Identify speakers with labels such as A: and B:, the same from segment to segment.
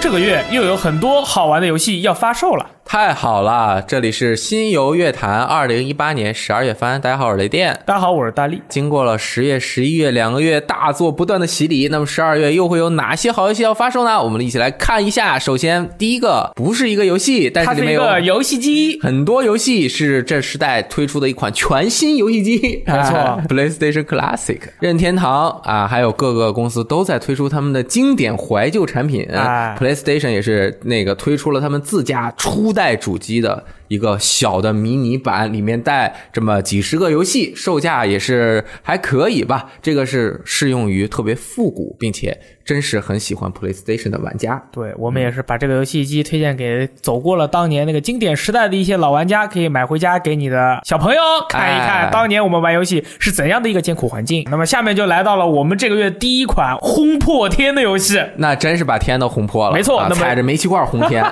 A: 这个月又有很多好玩的游戏要发售了。
B: 太好了，这里是新游乐坛二零一八年十二月番，大家好，我是雷电。
A: 大家好，我是大力。
B: 经过了十月、十一月两个月大作不断的洗礼，那么十二月又会有哪些好游戏要发售呢？我们一起来看一下。首先，第一个不是一个游戏，但
A: 它
B: 哎是里
A: 是
B: 面
A: 一个
B: 有
A: 游戏机，
B: 很多游戏是这时代推出的一款全新游戏机，
A: 没错
B: 哎，PlayStation Classic、任天堂啊，还有各个公司都在推出他们的经典怀旧产品。
A: 哎
B: PlayStation 也是那个推出了他们自家初代主机的一个小的迷你版，里面带这么几十个游戏，售价也是还可以吧。这个是适用于特别复古，并且真是很喜欢 PlayStation 的玩家。
A: 对我们也是把这个游戏机推荐给走过了当年那个经典时代的一些老玩家，可以买回家给你的小朋友看一
B: 哎
A: 看，当年我们玩游戏是怎样的一个艰苦环境。那么下面就来到了我们这个月第一款轰破天的游戏，
B: 那真是把天都轰破了，
A: 没错
B: 啊
A: 那么
B: 踩着煤气罐轰 天。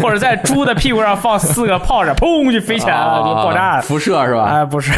A: 或者在猪的屁股上放四个炮仗，砰就飞起来了，就爆炸
B: 啊
A: 了。
B: 辐射是吧？
A: 啊、 不是，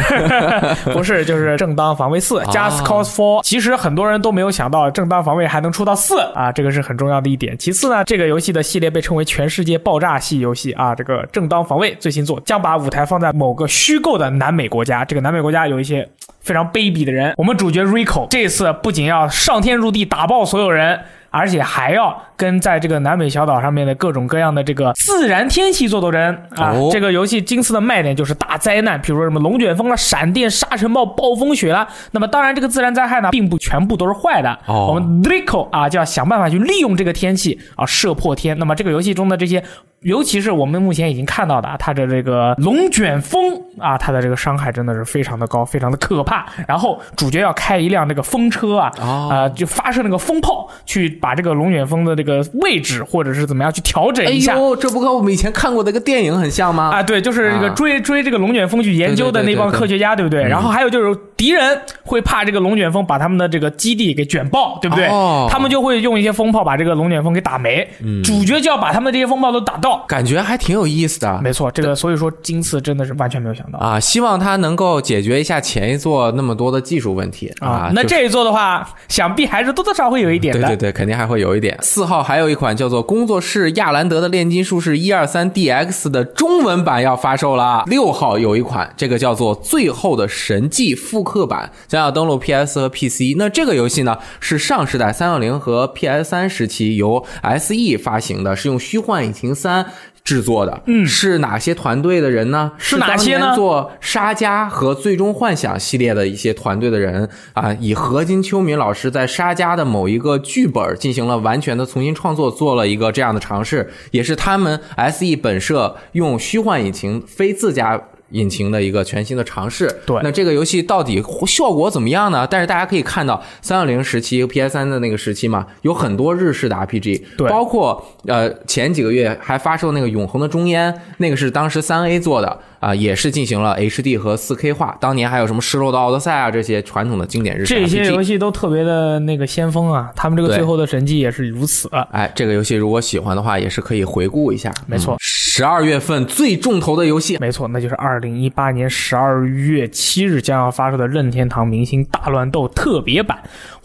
A: 不是，就是正当防卫四
B: 啊
A: Just Cause Four。其实很多人都没有想到，正当防卫还能出到四啊，这个是很重要的一点。其次呢，这个游戏的系列被称为全世界爆炸系游戏啊。这个正当防卫最新作将把舞台放在某个虚构的南美国家，这个南美国家有一些非常卑鄙的人。我们主角 Rico 这次不仅要上天入地打爆所有人。而且还要跟在这个南美小岛上面的各种各样的这个自然天气做斗争啊！
B: 哦
A: 这个游戏今次的卖点就是大灾难，比如说什么龙卷风了、啊闪电、沙尘暴、暴风雪啦。那么当然，这个自然灾害呢，并不全部都是坏的。
B: 哦
A: 我们 Rico 啊，就要想办法去利用这个天气啊，射破天。那么这个游戏中的这些，尤其是我们目前已经看到的，啊，它的这个龙卷风啊，它的这个伤害真的是非常的高，非常的可怕。然后主角要开一辆这个风车啊，
B: 哦
A: 啊，就发射那个风炮，去把这个龙卷风的这个位置或者是怎么样去调整
B: 哎
A: 一下。
B: 呦，这不和我们以前看过的一个电影很像吗？
A: 啊，对，就是这个
B: 啊
A: 追追这个龙卷风去研究的那帮科学家，对不对？
B: 嗯
A: 然后还有就是敌人会怕这个龙卷风把他们的这个基地给卷爆，对不对
B: 哦？嗯
A: 他们就会用一些风炮把这个龙卷风给打没，主角就要把他们这些风炮都打到。
B: 感觉还挺有意思的
A: 没错，这个所以说今次真的是完全没有想到
B: 啊！希望它能够解决一下前一座那么多的技术问题啊。
A: 那
B: 就是
A: 这一座的话，想必还是多多少少会有一点的。
B: 对对对，肯定还会有一点。四号还有一款叫做《工作室亚兰德的炼金术士一二三 DX》的中文版要发售了。六号有一款，这个叫做《最后的神迹》复刻版，将要登陆 PS 和 PC。那这个游戏呢，是上世代三六零和 PS 三时期由 SE 发行的，是用《虚幻引擎三》。制作的，嗯，是哪些团队的人呢？
A: 是哪些呢
B: 当年做做《沙加》和《最终幻想》系列的一些团队的人啊，以何金秋明老师在《沙加》的某一个剧本进行了完全的重新创作，做了一个这样的尝试，也是他们 SE 本社用虚幻引擎非自家。引擎的一个全新的尝试，
A: 对
B: 那这个游戏到底效果怎么样呢？但是大家可以看到，三六零时期、PS 三的那个时期嘛，有很多日式的 RPG，
A: 对
B: 包括呃前几个月还发售那个《永恒的终焉》，那个是当时三 A 做的啊、也是进行了 HD 和 4K 化。当年还有什么《失落的奥德赛》啊这些传统的经典日式
A: 这
B: RPG。
A: 些游戏都特别的那个先锋啊，他们这个
B: 对
A: 最后的神迹也是如此。啊
B: 哎，这个游戏如果喜欢的话，也是可以回顾一下。嗯
A: 没错，
B: 十二月份最重头的游戏
A: 没错，那就是二零一八年十二月七日将要发售的《任天堂明星大乱斗特别版》。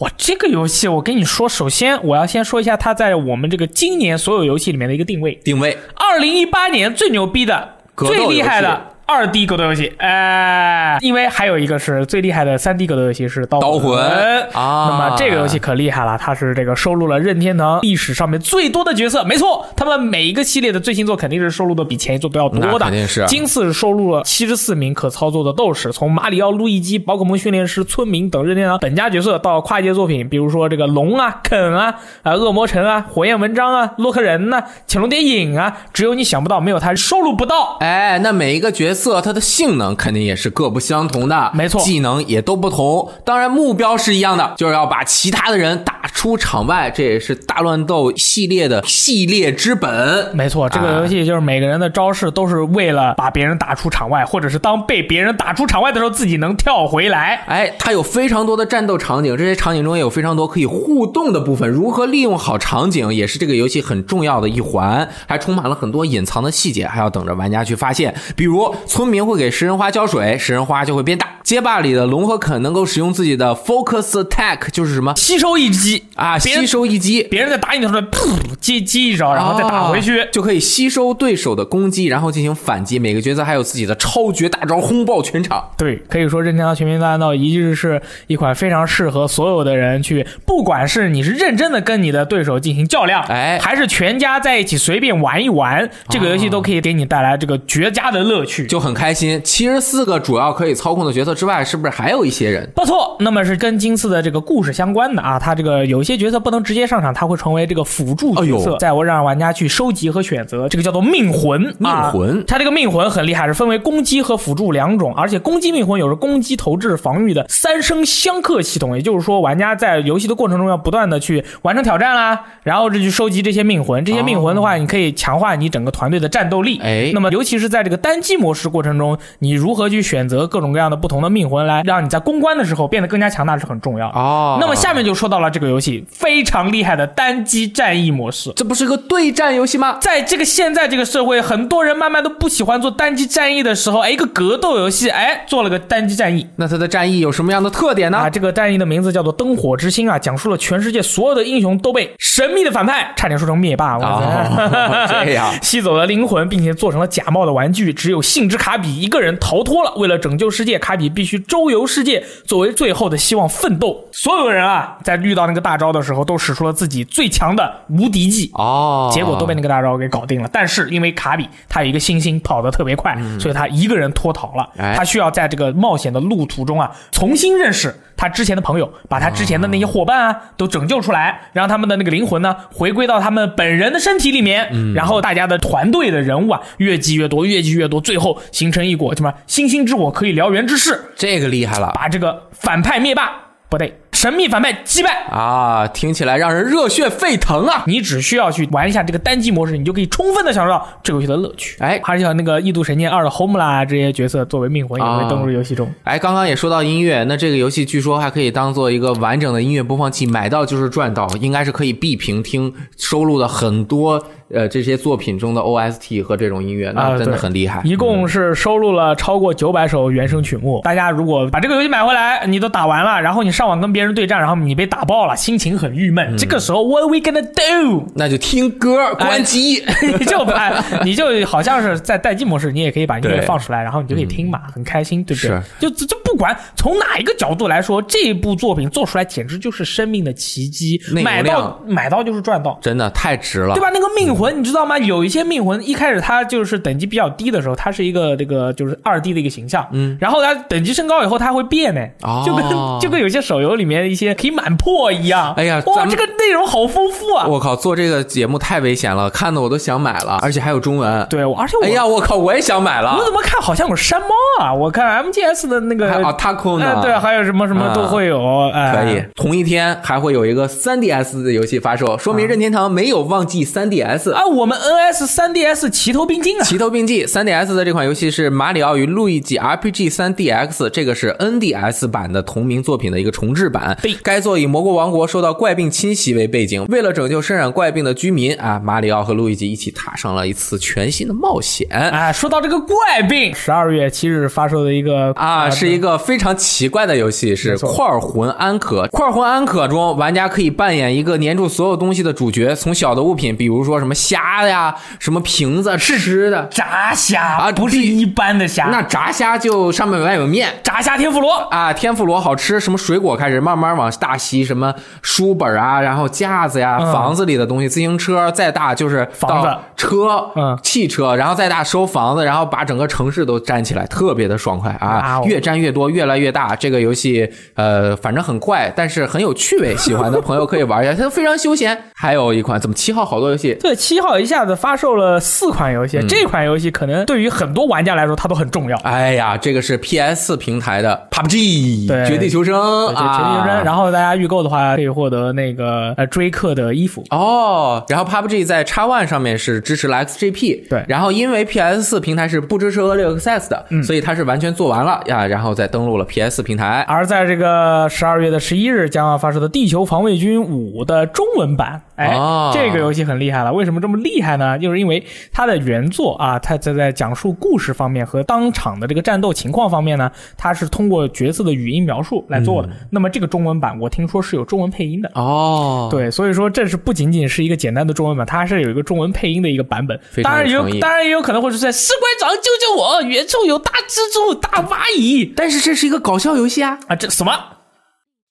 A: 哇，这个游戏我跟你说，首先我要先说一下它在我们这个今年所有游戏里面的一个定位。
B: 定位，
A: 二零一八年最牛逼的、
B: 格斗游
A: 最
B: 戏
A: 厉害的二 D 格斗游戏，哎、因为还有一个是最厉害的三 D 格斗游戏是《刀
B: 刀魂啊
A: 哦哎那么这个游戏可厉害了，它是这个收录了任天堂历史上面最多的角色，没错，他们每一个系列的最新作肯定是收录的比前一作都要多
B: 那
A: 的，
B: 肯定是
A: 今次收录了七十四名可操作的斗士，从马里奥、路易基、宝可梦训练师、村民等任天堂本家角色到跨界作品，比如说这个龙啊、肯啊、啊恶魔城啊、火焰纹章啊、洛克人呐、潜龙谍影啊，只有你想不到，没有它收录不到。
B: 哎，那每一个角色它的性能肯定也是各不相同的，
A: 没错
B: 技能也都不同。当然目标是一样的，就是要把其他的人打出场外，这也是大乱斗系列的系列之本。
A: 没错，这个
B: 啊
A: 游戏就是每个人的招式都是为了把别人打出场外，或者是当被别人打出场外的时候，自己能跳回来。
B: 哎，它有非常多的战斗场景，这些场景中也有非常多可以互动的部分。如何利用好场景，也是这个游戏很重要的一环，还充满了很多隐藏的细节，还要等着玩家去发现。比如村民会给食人花浇水，食人花就会变大。街霸里的龙和肯能够使用自己的 Focus Attack，就是什么
A: 吸收一击
B: 啊，
A: 别
B: 吸
A: 人
B: 收一击，
A: 别人在打你的时候，噗，击击一招，然后再打回去。
B: 啊就可以吸收对手的攻击，然后进行反击。每个角色还有自己的超绝大招，轰爆全场。
A: 对，可以说《任天堂全民大乱斗》一直是一款非常适合所有的人去，不管是你是认真的跟你的对手进行较量，
B: 哎
A: 还是全家在一起随便玩一玩，这个游戏都可以给你带来这个绝佳的乐趣。
B: 就很开心。七十四个主要可以操控的角色之外，是不是还有一些人？
A: 不错，那么是跟今次的这个故事相关的啊，它这个有一些角色不能直接上场，它会成为这个辅助角
B: 哎
A: 色，
B: 呦
A: 再我让玩家去收集和选择，这个叫做命魂。啊
B: 命魂
A: 它这个命魂很厉害，是分为攻击和辅助两种，而且攻击命魂有着攻击、投掷、防御的三声相克系统，也就是说，玩家在游戏的过程中要不断的去完成挑战啦，然后就去收集这些命魂。这些命魂的话，你可以强化你整个团队的战斗力。
B: 哦哎
A: 那么尤其是在这个单机模式过程中，你如何去选择各种各样的不同的命魂来让你在攻关的时候变得更加强大是很重要的。
B: 哦
A: 那么下面就说到了这个游戏非常厉害的单机战役模式。
B: 这不是个对战游戏吗？
A: 在这个现在这个社会，很多人慢慢都不喜欢做单机战役的时候，哎，一个格斗游戏，哎，做了个单机战役。
B: 那它的战役有什么样的特点
A: 啊，
B: 呢？
A: 这个战役的名字叫做《灯火之星》啊，讲述了全世界所有的英雄都被神秘的反派，差点说成灭霸，我操、
B: 哦这样
A: 吸走了灵魂，并且做成了假冒的玩具。只有信之卡比一个人逃脱了。为了拯救世界，卡比必须周游世界，作为最后的希望奋斗。所有人啊，在遇到那个大招的时候，都使出了自己最强的无敌技。
B: 哦，
A: 结果都被那个大招给搞定了。但是因为卡比他有一个星星跑得特别快，所以他一个人脱逃了。
B: 哎
A: 他需要在这个冒险的路途中啊，重新认识他之前的朋友，把他之前的那些伙伴啊都拯救出来，让他们的那个灵魂呢回归到他们本人的身体里面。然后大家的团队的人物啊越积越多，越积越多，最后形成一股什么星星之火可以燎原之势，
B: 这个厉害了
A: 把这个反派灭霸不对，神秘反派击败。
B: 啊！听起来让人热血沸腾啊！
A: 你只需要去玩一下这个单机模式，你就可以充分的享受到这个游戏的乐趣。
B: 哎
A: 还有像那个《异度神剑二》的 Home 啦这些角色作为命魂也会登入游戏中。
B: 哎，刚刚也说到音乐，那这个游戏据说还可以当做一个完整的音乐播放器，买到就是赚到，应该是可以必评听收录的很多呃这些作品中的 OST 和这种音乐，
A: 啊
B: 那真的
A: 对
B: 很厉害。
A: 一共是收录了超过九百首原声曲目。大家如果把这个游戏买回来，你都打完了，然后你上网跟别人对战，然后你被打爆了，心情很郁闷。这个时候，What we gonna do？
B: 那就听歌关机。
A: 你 就哎，你就好像是在待机模式，你也可以把音乐
B: 对嗯
A: 放出来，然后你就可以听嘛，很开心，对不对
B: 是？
A: 就就就不管从哪一个角度来说，这部作品做出来简直就是生命的奇迹，
B: 内容
A: 买到
B: 量
A: 买到就是赚到。
B: 真的太值了
A: 对。吧？那个命
B: 嗯
A: 魂你知道吗？有一些命魂一开始它就是等级比较低的时候，它是一个这个就是二 D 的一个形象，嗯，然后它等级升高以后，它会变呢、
B: 哦
A: 就跟就跟有些手游里面一些可以满破一样。
B: 哎呀
A: 哇、
B: 咱们
A: 这个内容好丰富啊！
B: 我靠，做这个节目太危险了，看的我都想买了，而且还有中文。
A: 对，我而且我
B: 哎呀，我靠，我也想买了
A: 我。怎么看好像有山猫啊？我看 MGS 的那
B: 还
A: 个
B: 有 Otaku 呢嗯
A: 哎对，还有什么什么都会有，哎
B: 可以。，同一天还会有一个 3DS 的游戏发售，说明任天堂没有忘记 3DS。
A: 啊， 我们 NS 3DS 齐头并进啊！
B: 齐头并进，3DS 的这款游戏是《马里奥与路易吉 RPG 3DX》，这个是 NDS 版的同名作品的一个重制版
A: 对。
B: 该作以魔国王国受到怪病侵袭为背景，为了拯救身染怪病的居民啊，马里奥和路易吉一起踏上了一次全新的冒险。
A: 啊，说到这个怪病，十二月七日发售的一个呃
B: 啊，是一个非常奇怪的游戏，是《块魂安可》。《块魂安可》中，玩家可以扮演一个粘住所有东西的主角，从小的物品，比如说什么虾呀、什么瓶子、吃的，
A: 炸虾
B: 啊
A: 不是一般的虾，
B: 那炸虾就上面外有面。
A: 炸虾天妇罗。
B: 啊，天妇罗好吃，什么水果开始慢慢往大吸，什么书本啊，然后架子呀、
A: 嗯
B: 房子里的东西，自行车再大就是
A: 房子
B: 到车、
A: 嗯
B: 汽车，然后再大收房子，然后把整个城市都占起来，特别的爽快
A: 哇
B: 啊！
A: 哦
B: 越占越多，越来越大。这个游戏呃，反正很怪，但是很有趣味，喜欢的朋友可以玩一下，它非常休闲。还有一款怎么七号好多游戏
A: 对，七号一下子发售了四款游戏，
B: 嗯
A: 这款游戏可能对于很多玩家来说，它都很重要。
B: 哎呀，这个是 PS 平台的 PUBG
A: 对
B: 绝地求生
A: 对，就绝地求
B: 啊
A: 生。然后大家预购的话，可以获得那个呃追客的衣服。
B: 哦，然后 PUBG 在 X One 上面是支持了 XGP，
A: 对嗯
B: 然后因为 PS 四平台是不支持 Early Access 的，所以它是完全做完了呀，然后再登录了 PS 四平台。
A: 而在这个十二月的十一日将要发售的《地球防卫军五》的中文版哎
B: 哦，
A: 这个游戏很厉害了。为什么这么厉害呢？就是因为它的原作啊，它在在讲述故事方面和当场的这个战斗情况方面呢，它是通过角色的语音描述来做的。那么这个中文版，我听说是有中文配音的。
B: 嗯哦，，
A: 对，所以说这是不仅仅是一个简单的中文版，它还是有一个中文配音的一个版本。
B: 非常
A: 当
B: 有
A: 然也有
B: 诚意，
A: 当然也有可能会出现“士官长救救我，远处有大蜘蛛、大蚂蚁
B: 但是这是一个搞笑游戏啊。”
A: 啊，这什么？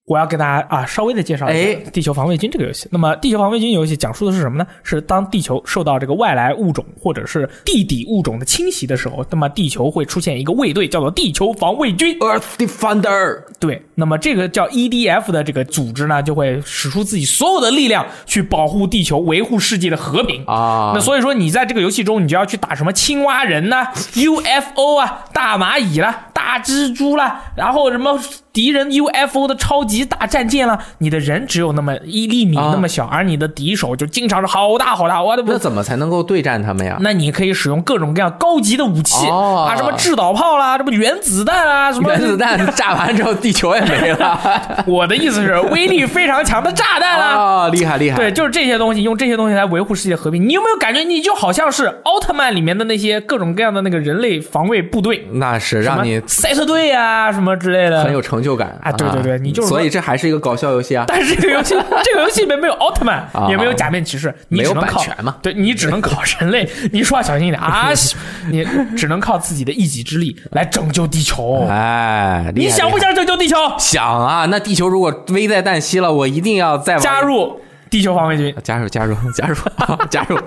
A: 我要给大家啊稍微的介绍一下
B: 哎
A: 《地球防卫军》这个游戏。那么，《地球防卫军》游戏讲述的是什么呢？是当地球受到这个外来物种或者是地底物种的侵袭的时候，那么地球会出现一个卫队，叫做地球防卫军。
B: Earth Defender，
A: 对，那么这个叫 EDF 的这个组织呢，就会使出自己所有的力量去保护地球，维护世界的和平
B: 啊
A: 那所以说，你在这个游戏中，你就要去打什么青蛙人 呐、UFO 啊、大蚂蚁啦、大蜘蛛啦，然后什么敌人 UFO 的超级大战舰啦，你的人只有那么一厘米
B: 啊
A: 那么小，而你的敌手就经常是好大好大，我的不
B: 那怎么才能够对战他们呀？
A: 那你可以使用各种各样高级的武器、
B: 哦
A: 啊，什么制导炮啦，什么原子弹啊，什么
B: 原子弹炸完之后，地球也没了。
A: 我的意思是，威力非常强的炸弹 啦、
B: 啊，厉害厉害！
A: 对，，就是这些东西，用这些东西来维护世界和平。你有没有感觉，你就好像是奥特曼里面的那些各种各样的那个人类防卫部队，
B: 那
A: 什
B: 是让
A: 么
B: 你
A: 赛车队啊什么之类的，
B: 很有成就感
A: 啊对对对你就是说
B: 所以这还是一个搞笑游戏啊。
A: 但是这个游戏，这个游戏里面没有奥特曼
B: 啊，
A: 也没有假面骑士，你
B: 没有
A: 只能
B: 版
A: 靠
B: 权嘛
A: 对你只能靠人 类，你说话小心一点啊！西你只能靠自己的一己之力来拯救地球。
B: 哎，厉
A: 你
B: 害
A: 想不
B: 厉害
A: 想拯救 地球？
B: 想啊？那地球如果危在旦夕了，我一定要再玩
A: 加入地球防卫军，
B: 加入加入加入 加入，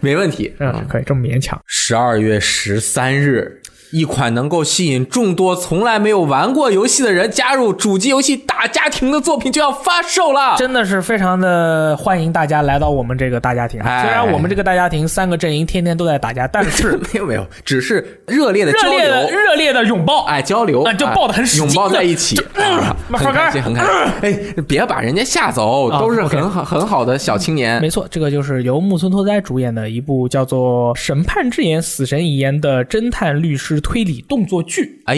B: 没问题。
A: 嗯，可以这么勉强。
B: 十二月十三日，一款能够吸引众多从来没有玩过游戏的人加入主机游戏大家庭的作品就要发售了。
A: 真的是非常的欢迎大家来到我们这个大家庭啊。
B: 哎
A: 虽然我们这个大家庭三个阵营天天都在打架，但是
B: 没有没有，只是热烈的交
A: 热烈的
B: 流。
A: 热烈的拥抱，
B: 哎，交流
A: 啊就抱得很使劲
B: 拥抱在一起，啊
A: 马
B: 很
A: 上
B: 开
A: 开
B: 心，很开心。哎，别把人家吓走，
A: 啊
B: 都是
A: OK
B: 很好很好的小青年
A: 没。错，这个就是由木村拓哉主演的一部叫做《审判之眼：死神遗言》的侦探律师推理动作剧
B: 哎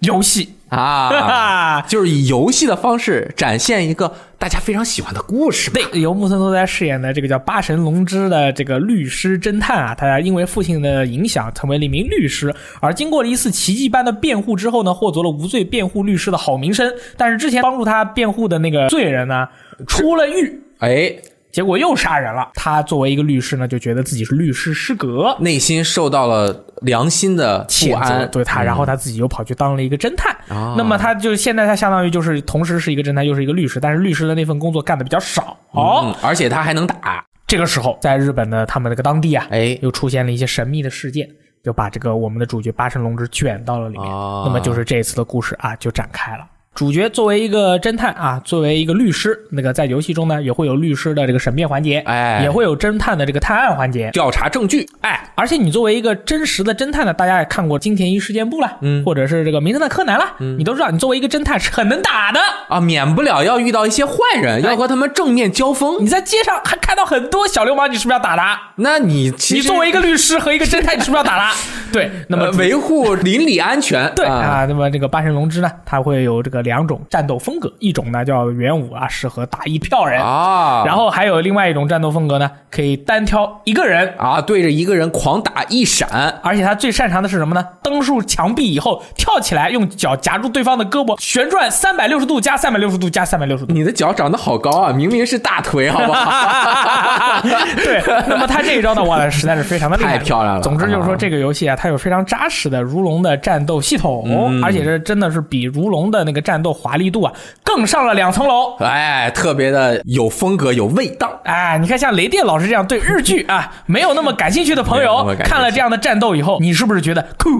A: 游戏。 哈
B: 啊，
A: 哈
B: 就是以游戏的方式展现一个大家非常喜欢的故事嘛。
A: 对，由木村拓哉饰演的这个叫八神龙之的这个律师侦探啊，他因为父亲的影响成为了一名律师，而经过了一次奇迹般的辩护之后呢，获得了无罪辩护律师的好名声。但是之前帮助他辩护的那个罪人呢，出了狱。
B: 哎，
A: 结果又杀人了。他作为一个律师呢，就觉得自己是律师失格，
B: 内心受到了良心的不
A: 谴责
B: 安。嗯
A: 对他，然后他自己又跑去当了一个侦探。
B: 啊
A: 那么他就现在他相当于就是同时是一个侦探，又是一个律师，但是律师的那份工作干的比较少。
B: 嗯，而且他还能打。
A: 这个时候，在日本的他们那个当地啊，
B: 哎
A: 又出现了一些神秘的事件，就把这个我们的主角八神龙之卷到了里面。
B: 啊
A: 那么就是这一次的故事啊，就展开了。主角作为一个侦探啊，作为一个律师，那个在游戏中呢，也会有律师的这个审辩环节，
B: 哎
A: 也会有侦探的这个探案环节，
B: 调查证据，
A: 哎，而且你作为一个真实的侦探呢，大家也看过《金田一事件簿》啦，嗯，或者是这个《名侦探柯南》啦，嗯，你都知道，你作为一个侦探是很能打的。
B: 啊，免不了要遇到一些坏人，要和他们正面交锋。
A: 你在街上还看到很多小流氓，你是不是要打他？
B: 那你其
A: 你
B: 实
A: 作为一个律师和一个侦探，你是不是要打 他？对，那么
B: 呃维护邻里安全，
A: 对
B: 啊，
A: 啊，那么这个八神龙之呢，它会有这个两种战斗风格，一种呢叫元武啊，适合打一票人，
B: 啊，
A: 然后还有另外一种战斗风格呢，可以单挑一个人。
B: 啊，对着一个人狂打一闪，
A: 而且他最擅长的是什么呢？登入墙壁以后跳起来，用脚夹住对方的胳膊，旋转三百六十度加三百六十度加三百六十度。
B: 你的脚长得好高啊，明明是大腿，好不好？
A: 对，那么他这一招呢，哇，实在是非常的厉害，
B: 太漂亮了
A: 总之就是说，这个游戏啊，它有非常扎实的如龙的战斗系统，
B: 嗯
A: 而且这真的是比如龙的那个战斗华丽度啊，更上了两层楼。
B: 哎，特别的有风格，有味道。
A: 哎，你看像雷电老师这样对日剧 啊没有那么感兴趣的朋
B: 没有那
A: 友
B: 么，感兴趣
A: 看了这样的战斗以后，你是不是觉得酷？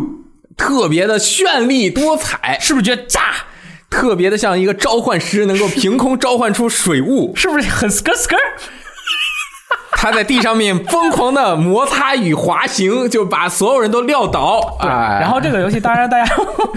B: 特别的绚丽多彩，
A: 是不是觉得炸？
B: 特别的像一个召唤师，能够凭空召唤出水雾，
A: 是不是很 skr skr？
B: 他在地上面疯狂的摩擦与滑行，就把所有人都撂倒。哎，
A: 然后这个游戏，当然大家，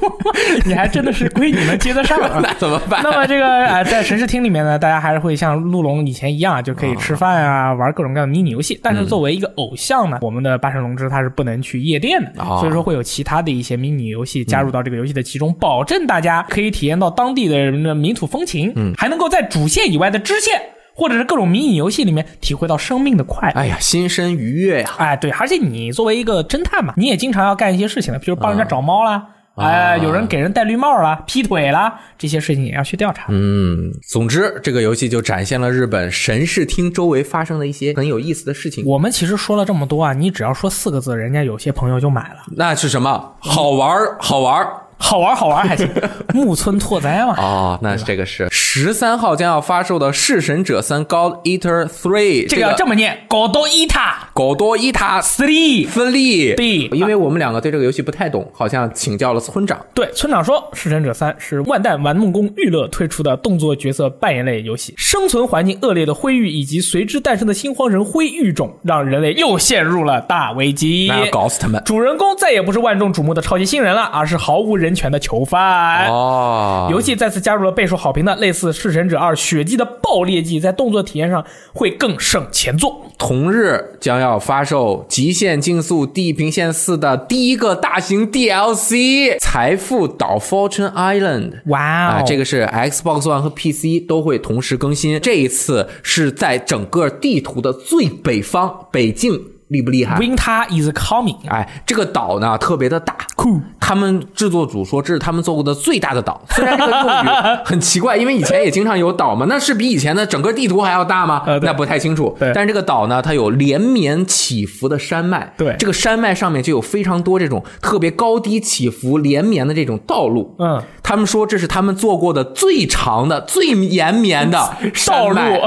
A: 你还真的是归你能接得上、啊。
B: 那怎么办？
A: 那么这个啊、呃在神视厅里面呢，大家还是会像陆龙以前一样，就可以吃饭啊，嗯玩各种各样的迷你游戏。但是作为一个偶像呢，我们的八神龙之他是不能去夜店的，
B: 哦
A: 所以说会有其他的一些迷你游戏加入到这个游戏的其中，嗯保证大家可以体验到当地的人的民土风情，还能够在主线以外的支线。或者是各种迷你游戏里面体会到生命的快乐。
B: 哎呀，心生愉悦呀、
A: 哎，对，而且你作为一个侦探嘛，你也经常要干一些事情的，比如帮人家找猫啦，哎，有人给人戴绿帽啦、劈腿啦，这些事情也要去调查。
B: 嗯，总之，这个游戏就展现了日本神视厅周围发生的一些很有意思的事情。
A: 我们其实说了这么多啊，你只要说四个字，人家有些朋友就买了，
B: 那是什么？好玩儿，好玩儿
A: 好玩好玩还 行。木村拓哉嘛，
B: 哦！那这个是十三号将要发售的《弑神者三 God Eater Three》，
A: 这个要这么念，狗都伊塔
B: 狗多伊塔
A: three
B: 分利。
A: 对
B: 因为我们两个对这个游戏不太懂，好像请教了村长。
A: 对，村长说，《弑神者三》是万代玩梦宫娱乐推出的动作角色扮演类游戏，生存环境恶劣的灰域以及随之诞生的新荒人灰域种，让人类又陷入了大危机。
B: 那要搞死他们！
A: 主人公再也不是万众瞩目的超级新人了，而是毫无人权的囚犯。
B: 哦，
A: 游戏再次加入了备受好评的类似《弑神者二》血祭的爆裂技，在动作体验上会更胜前作。
B: 同日将要发售《极限竞速：地平线四》的第一个大型 DLC《财富岛 Fortune Island》。
A: 哇哦
B: 啊，这个是 Xbox One 和 PC 都会同时更新。这一次是在整个地图的最北方，北境厉不厉害？
A: Winter is coming，
B: 哎，这个岛呢特别的大，
A: 酷
B: 他们制作组说这是他们做过的最大的岛。虽然这个用语 很奇怪，因为以前也经常有岛嘛，那是比以前的整个地图还要大吗
A: 呃？对
B: 那不太清楚。
A: 对
B: 但是这个岛呢，它有连绵起伏的山脉，
A: 对
B: 这个山脉上面就有非常多这种特别高低起伏连绵的这种道路。
A: 嗯，
B: 他们说这是他们做过的最长的、最延绵的
A: 道
B: 山
A: 路
B: 脉。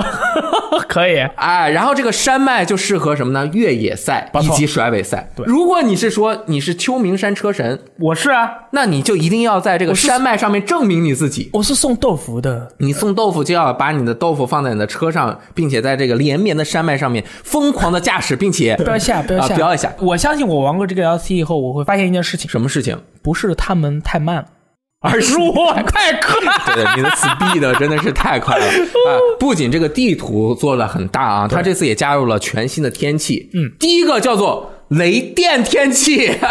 A: 可以。
B: 哎，然后这个山脉就适合什么呢？越野赛
A: 不
B: 以
A: 错
B: 及甩尾赛。
A: 对
B: 如果你是说你是秋名山车神，
A: 我是啊，
B: 那你就一定要在这个
A: 是
B: 山脉上面证明你自己。
A: 我是送豆腐 的。
B: 你送豆腐就要把你的豆腐放在你的车上，并且在这个连绵的山脉上面疯狂的驾驶，并且
A: 标一下，标一
B: 啊
A: 下，
B: 标一下。
A: 我相信我玩过这个 LC 以后，我会发现一件事情，
B: 什么事情？
A: 不是他们太慢 了，
B: 而
A: 是我快克。
B: 对对，你的 speed 真的是太快了啊！不仅这个地图做的很大啊，它这次也加入了全新的天气。嗯，第一个叫做雷电天气， 哈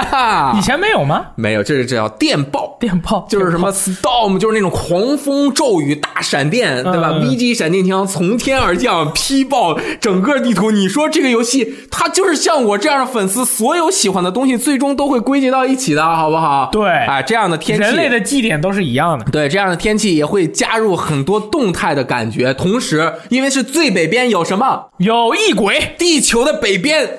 A: 以
B: 哈，
A: 前没有吗？
B: 没有，这是叫电暴。
A: 电炮
B: 就是什么 storm，就是那种狂风骤雨、大闪电，对吧
A: 嗯
B: ？V G 闪电枪从天而降，劈爆整个地图。你说这个游戏，它就是像我这样的粉丝，所有喜欢的东西，最终都会归结到一起的，好不好？
A: 对
B: 啊，这样的天气，
A: 人类的基点都是一样的。
B: 对，这样的天气也会加入很多动态的感觉。同时，因为是最北边有什么？
A: 有异鬼，
B: 地球的北边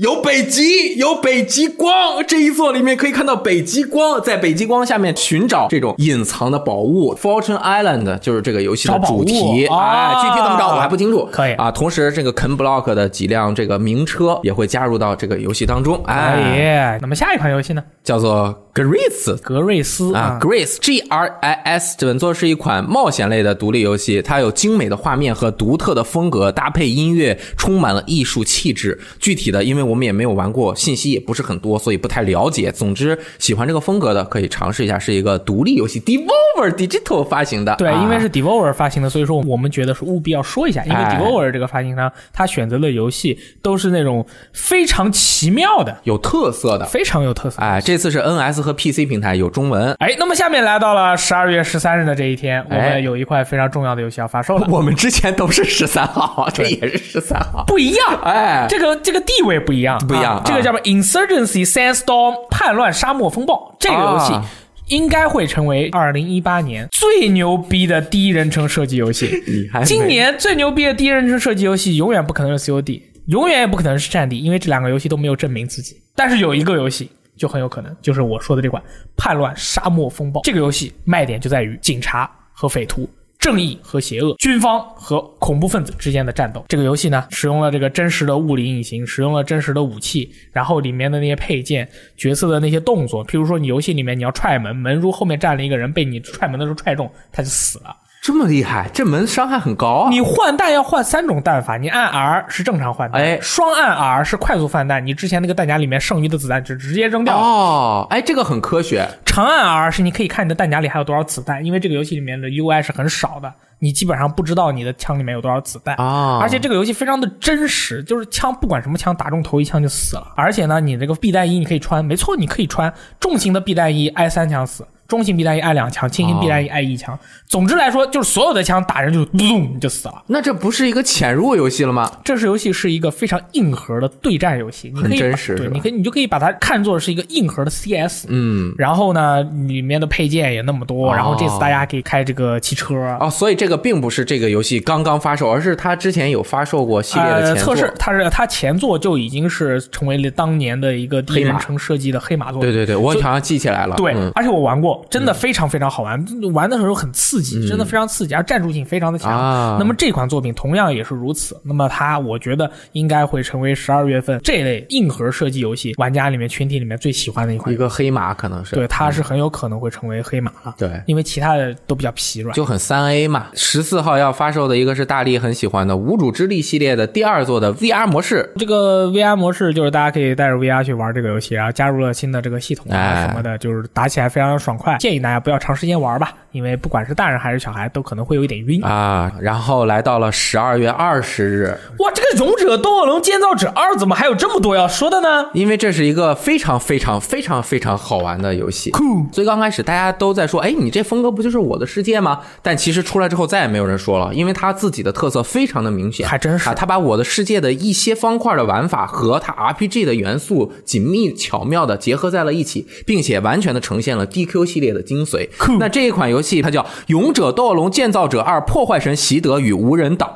B: 有北极，有北极光。这一座里面可以看到北极光，在北极光下面寻找这种隐藏的宝物。Fortune Island 就是这个游戏的
A: 找宝
B: 主题，
A: 物
B: 哎，
A: 啊
B: 具体怎么找我还不清楚。
A: 可以
B: 啊，同时这个 Ken Block 的几辆这个名车也会加入到这个游戏当中，
A: 哎
B: 哎，
A: 那么下一款游戏呢？
B: 叫做 Grace
A: 格瑞斯
B: 啊，Grace G R I S 本作是一款冒险类的独立游戏，它有精美的画面和独特的风格，搭配音乐充满了艺术气质。具体的，因为我们也没有玩过，信息也不是很多，所以不太了解。总之，喜欢这个风格的可以尝试一下，是一个独立游戏，Devolver Digital 发行的。
A: 对，
B: 啊
A: 因为是 Devolver 发行的，所以说我们觉得是务必要说一下，因为
B: 哎
A: Devolver 这个发行商，他选择的游戏都是那种非常奇妙的，
B: 有特色的。
A: 非常有特色。
B: 哎，这次是 NS 和 PC 平台有中文。
A: 哎，那么下面来到了十二月十三日的这一天，我
B: 哎
A: 们有一款非常重要的游戏要发售了，
B: 我们之前都是十三号，啊这也是十三号。
A: 不一样，
B: 哎，
A: 这个这个地位不一样，
B: 不一样
A: 啊这个叫什么 Insurgency Sandstorm 叛乱沙漠风暴这个游戏
B: 啊。
A: 应该会成为二零一八年最牛逼的第一人称射击游戏。
B: 你还没
A: 今年最牛逼的第一人称射击游戏永远不可能是 COD，永远也不可能是战地，因为这两个游戏都没有证明自己。但是有一个游戏就很有可能，就是我说的这款《叛乱沙漠风暴》。这个游戏卖点就在于警察和匪徒。正义和邪恶，军方和恐怖分子之间的战斗。这个游戏呢，使用了这个真实的物理引擎，使用了真实的武器，然后里面的那些配件、角色的那些动作，譬如说你游戏里面你要踹门，门如后面站了一个人，被你踹门的时候踹中，他就死了。
B: 这么厉害，这门伤害很高啊！
A: 你换弹要换三种弹法，你按 R 是正常换弹，
B: 哎
A: 双按 R 是快速换弹，你之前那个弹夹里面剩余的子弹就直接扔掉。
B: 哦，哎，这个很科学。
A: 长按 R 是你可以看你的弹夹里还有多少子弹，因为这个游戏里面的 UI 是很少的，你基本上不知道你的枪里面有多少子弹
B: 哦
A: 而且这个游戏非常的真实，就是枪不管什么枪打中头一枪就死了，而且呢，你这个避弹衣你可以穿，没错，你可以穿重型的避弹衣 I 三枪死。中型避弹衣按两枪，轻
B: 哦
A: 型避弹衣按一枪。总之来说，就是所有的枪打人就是咚你就死了。
B: 那这不是一个潜入游戏了吗？
A: 这是游戏是一个非常硬核的对战游戏，你可以
B: 很真
A: 把
B: 实
A: 对，
B: 是吧
A: 你可以你就可以把它看作是一个硬核的 CS。
B: 嗯，
A: 然后呢，里面的配件也那么多，
B: 哦
A: 然后这次大家可以开这个汽车。
B: 哦，所以这个并不是这个游戏刚刚发售，而是它之前有发售过系列的
A: 呃，
B: 前作。
A: 测试，它是它前作就已经是成为了当年的一个第一
B: 黑马
A: 人称射击的黑马作品
B: 对。对对，我好像记起来了。
A: 对，
B: 嗯
A: 而且我玩过，真的非常非常好玩，玩的时候很刺激，真的非常刺激，而战术性非常的强。
B: 嗯啊
A: 那么这款作品同样也是如此。那么它，我觉得应该会成为十二月份这类硬核射击游戏玩家里面群体里面最喜欢的一款
B: 一。个嗯黑马可能是
A: 对，它是很有可能会成为黑马了，
B: 对，
A: 因为其他的都比较疲软。
B: 就很三 A 嘛。十四号要发售的一个是大力很喜欢的《无主之力》系列的第二作的 VR 模式。
A: 这个 VR 模式就是大家可以带着 VR 去玩这个游戏，然啊后加入了新的这个系统啊
B: 哎
A: 什么的，就是打起来非常爽快。建议大家不要长时间玩吧，因为不管是大人还是小孩，都可能会有一点晕。
B: 啊，然后来到了十二月二十日，
A: 哇，这个《勇者斗恶龙：建造者二》怎么还有这么多要说的呢？
B: 因为这是一个非常非常非常非常好玩的游戏。
A: 酷
B: 最刚开始大家都在说，哎，你这风格不就是我的世界吗？但其实出来之后再也没有人说了，因为它自己的特色非常的明显，
A: 还真是
B: 啊，它把我的世界的一些方块的玩法和它 RPG 的元素紧密巧妙的结合在了一起，并且完全的呈现了 DQ 系列的精髓。
A: 酷
B: 那这一款游戏它叫《勇者斗恶龙：建造者二：破坏神席德与无人岛》。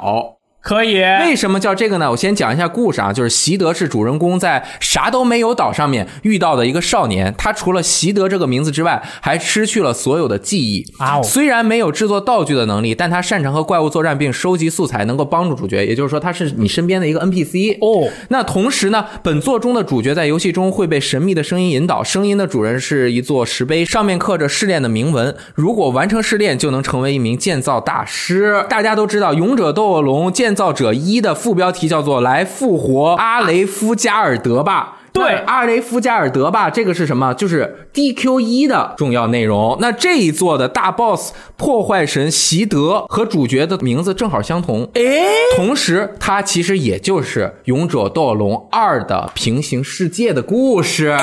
A: 可以，
B: 为什么叫这个呢？我先讲一下故事啊，就是习德是主人公在啥都没有岛上面遇到的一个少年，他除了习德这个名字之外，还失去了所有的记忆。
A: 啊哦
B: 虽然没有制作道具的能力，但他擅长和怪物作战并收集素材，能够帮助主角。也就是说，他是你身边的一个 NPC
A: 哦。
B: 那同时呢，本作中的主角在游戏中会被神秘的声音引导，声音的主人是一座石碑，上面刻着试炼的铭文。如果完成试炼，就能成为一名建造大师。大家都知道，《勇者斗恶龙：建造者一》的副标题叫做“来复活阿雷夫加尔德吧”。
A: 对
B: 那阿雷夫加尔德吧，这个是什么？就是 DQ 一的重要内容。那这一座的大 boss 破坏神席德和主角的名字正好相同，同时它其实也就是《勇者斗恶龙二》的平行世界的故事。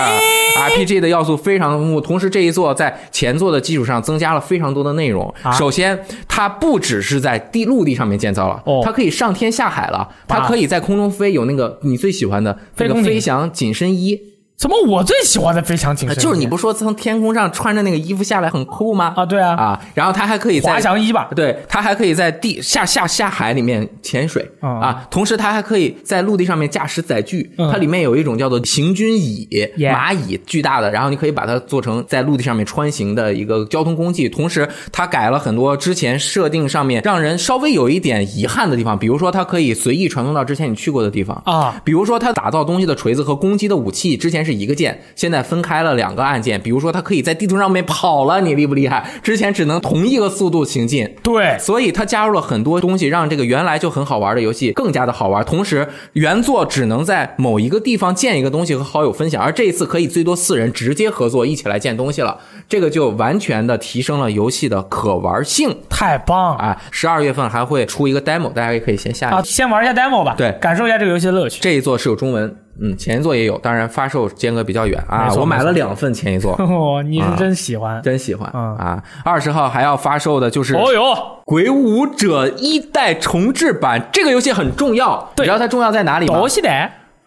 B: RPG
A: 哎
B: 的要素非常丰富，同时这一座在前作的基础上增加了非常多的内容。
A: 啊
B: 首先，它不只是在地陆地上面建造了，
A: 哦
B: 它可以上天下海了，它
A: 哇
B: 可以在空中飞，有那个你最喜欢的那
A: 飞
B: 个
A: 空艇
B: 飞翔紧身衣，
A: 怎么我最喜欢的飞翔紧
B: 呃
A: 身衣？
B: 就是你不说从天空上穿着那个衣服下来很酷吗？
A: 啊？对啊，
B: 啊，然后它还可以在
A: 滑翔衣吧？
B: 对，它还可以在地下下下海里面潜水、
A: 嗯
B: 啊，同时它还可以在陆地上面驾驶载具，
A: 嗯
B: 它里面有一种叫做行军蚁
A: Yeah
B: 蚂蚁巨大的，然后你可以把它做成在陆地上面穿行的一个交通工具。同时，它改了很多之前设定上面让人稍微有一点遗憾的地方，比如说它可以随意传送到之前你去过的地方
A: 啊，
B: 比如说它打造东西的锤子和攻击的武器之前是一个键，现在分开了两个按键。比如说它可以在地图上面跑了，你厉不厉害？之前只能同一个速度行进。
A: 对，
B: 所以它加入了很多东西，让这个原来就很好玩的游戏更加的好玩。同时，原作只能在某一个地方建一个东西和好友分享，而这一次可以最多四人直接合作一起来建东西了，这个就完全的提升了游戏的可玩性。
A: 太棒了
B: 啊，十二月份还会出一个 demo，大家也可以先下一下
A: 啊！先玩一下 demo 吧，
B: 对
A: 感受一下这个游戏的乐趣。
B: 这一座是有中文，嗯，前一座也有，当然发售间隔比较远
A: 没
B: 啊。
A: 错
B: 我买
A: 没错
B: 了两份前 一座，
A: 哦，你是真喜欢。
B: 真喜欢
A: 嗯
B: 啊！二十号还要发售的就是《
A: 哦哟，
B: 鬼武者一代重置版》，这个游戏很重要，你
A: 对哦
B: 知道它重要在哪里吗
A: 游？戏得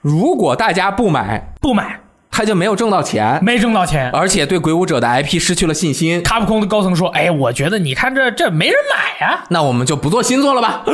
B: 如果大家不买，
A: 不买，
B: 它就没有挣到钱，
A: 没挣到钱。
B: 而且对鬼武者的 IP 失去了信心。
A: 卡普空的高层说：“哎，我觉得你看这这没人买啊呀、
B: 那我们就不做新作 了吧？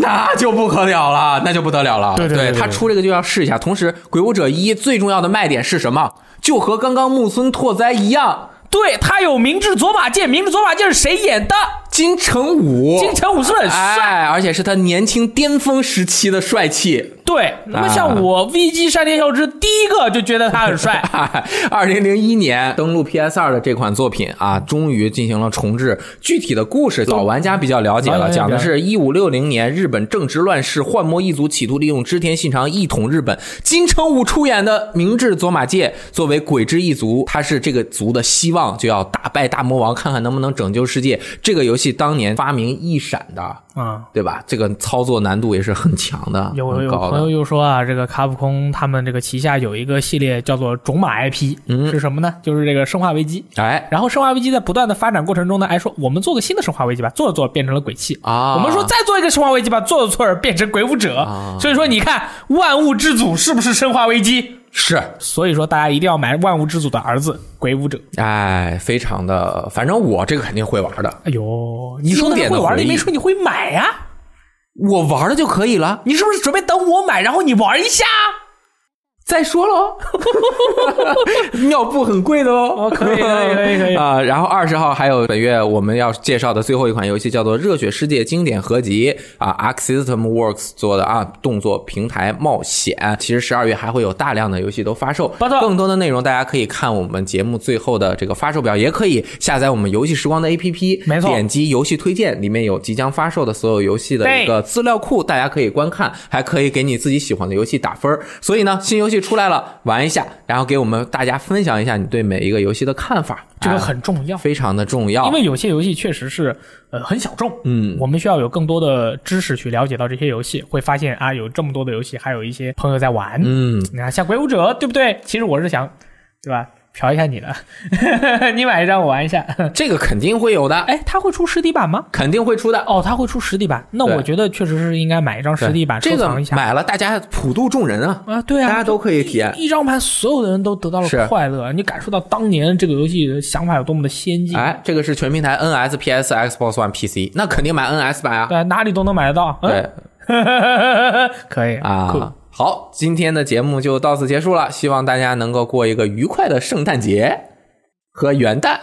B: 那就不可了了，那就不得了了。
A: 对对
B: 对
A: 对对
B: 他出这个就要试一下。同时，《鬼武者一》最重要的卖点是什么？就和刚刚木村拓哉一样，
A: 对他有明智左马剑，明智左马剑是谁演的？
B: 金城武，
A: 金城武是不是很帅。
B: 哦哎，而且是他年轻巅峰时期的帅气。。
A: 对，那么像我 V G 山田孝之，第一个就觉得他很帅
B: 二零零一年登陆 PS 二的这款作品啊，终于进行了重置。具体的故事老玩家比较了解
A: 老玩
B: 了，
A: 家
B: 讲的是一五六零年日本正值乱世，幻魔一族企图利用织田信长一统日本。金城武出演的明智佐马介作为鬼之一族，他是这个族的希望，就要打败大魔王，看看能不能拯救世界。这个游戏当年发明一闪的。
A: 啊。
B: 对吧？这个操作难度也是很强的，
A: 有
B: 很
A: 有
B: 高
A: 朋友
B: 的。
A: 又说啊，这个卡普空他们这个旗下有一个系列叫做种马 IP，、是
B: 嗯
A: 什么呢？就是这个《生化危机》。
B: 哎
A: 然后《生化危机》在不断的发展过程中呢，哎还说我们做个新的《生化危机》吧，做着做着变成了鬼泣
B: 啊
A: 我们说再做一个《生化危机》吧，做着做着变成鬼舞者。
B: 啊
A: 所以说你看，万物之祖是不是《生化危机》？
B: 是
A: 所以说大家一定要买万物之祖的儿子鬼舞者。
B: 哎，非常的，反正我这个肯定会玩的，
A: 哎呦，你说的是
B: 经典
A: 会
B: 的
A: 玩，
B: 回忆
A: 你没说你会买呀、
B: 我玩了就可以了。
A: 你是不是准备等我买，然后你玩一下？
B: 再说 喽，尿布很贵的哦。
A: 哦可以可以可以可以
B: 啊、然后二十号还有本月我们要介绍的最后一款游戏叫做《热血世界经典合集》啊，Arc System Works 做的啊，动作平台冒险。其实十二月还会有大量的游戏都发售，
A: 没错
B: 更多的内容大家可以看我们节目最后的这个发售表，也可以下载我们游戏时光的 APP，
A: 没错
B: 点击游戏推荐，里面有即将发售的所有游戏的一个呃资料库，大家可以观看，还可以给你自己喜欢的游戏打分儿。所以呢，新游戏出来了，玩一下，然后给我们大家分享一下你对每一个游戏的看法，
A: 这个
B: 哎
A: 很重要。
B: 非常的重要。
A: 因为有些游戏确实是呃很小众，
B: 哦嗯
A: 我们需要有更多的知识去了解到这些游戏，会发现啊有这么多的游戏，还有一些朋友在玩。
B: 嗯，
A: 你看像《鬼舞者》，对不对？其实我是想， 对吧？嫖一下你的，你买一张我玩一下。
B: 这个肯定会有的，
A: 哎，它会出实体版吗？
B: 肯定会出的。
A: 哦，它会出实体版，那
B: 对
A: 我觉得确实是应该买一张实体版收
B: 这个
A: 藏一下。
B: 买了，大家普度众人啊，
A: 啊，对
B: 大
A: 啊
B: 家，都可以体验。
A: 一张盘，所有的人都得到
B: 是
A: 了快乐，你感受到当年这个游戏的想法有多么的先进。
B: 哎，这个是全平台 NS、PS、Xbox One、PC，那肯定买 NS 版啊。
A: 对，哪里都能买得到。嗯，
B: 对，
A: 可以
B: 啊
A: 酷。
B: 好，今天的节目就到此结束了，希望大家能够过一个愉快的圣诞节和元旦。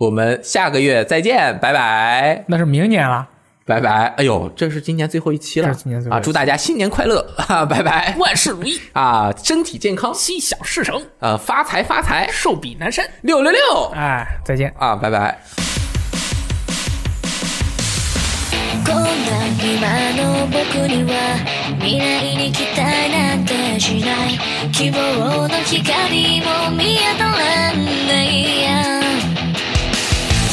B: 我们下个月再见，拜拜，
A: 那是明年了。
B: 拜拜。哎呦，这是今年最后一期
A: 嗯
B: 了，
A: 这是今年最后一
B: 啊！
A: 期
B: 祝大家新年快乐， 啊、拜拜
A: 万事如意，
B: 啊！身体健康，
A: 心想事成，
B: 呃，发财发财，
A: 寿比南山。
B: 六六六
A: 哎，再见。
B: 啊！拜拜。
C: こんな今の僕には未来に期待なんてしない希望の光も見当たらないや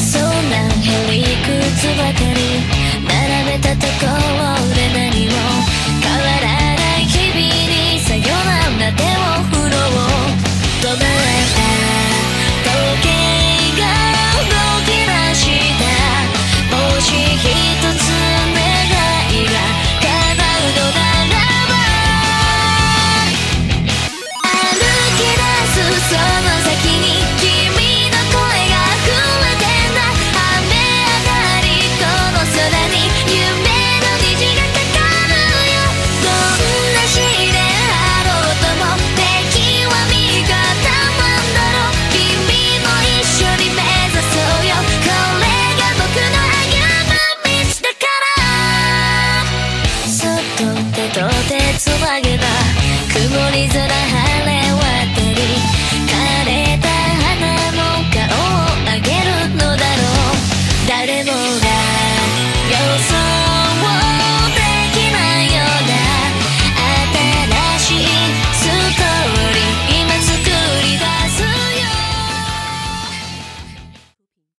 C: そんなへりくつばかり並べたところで何も変わらない日々にさよならでも振ろう途絶えた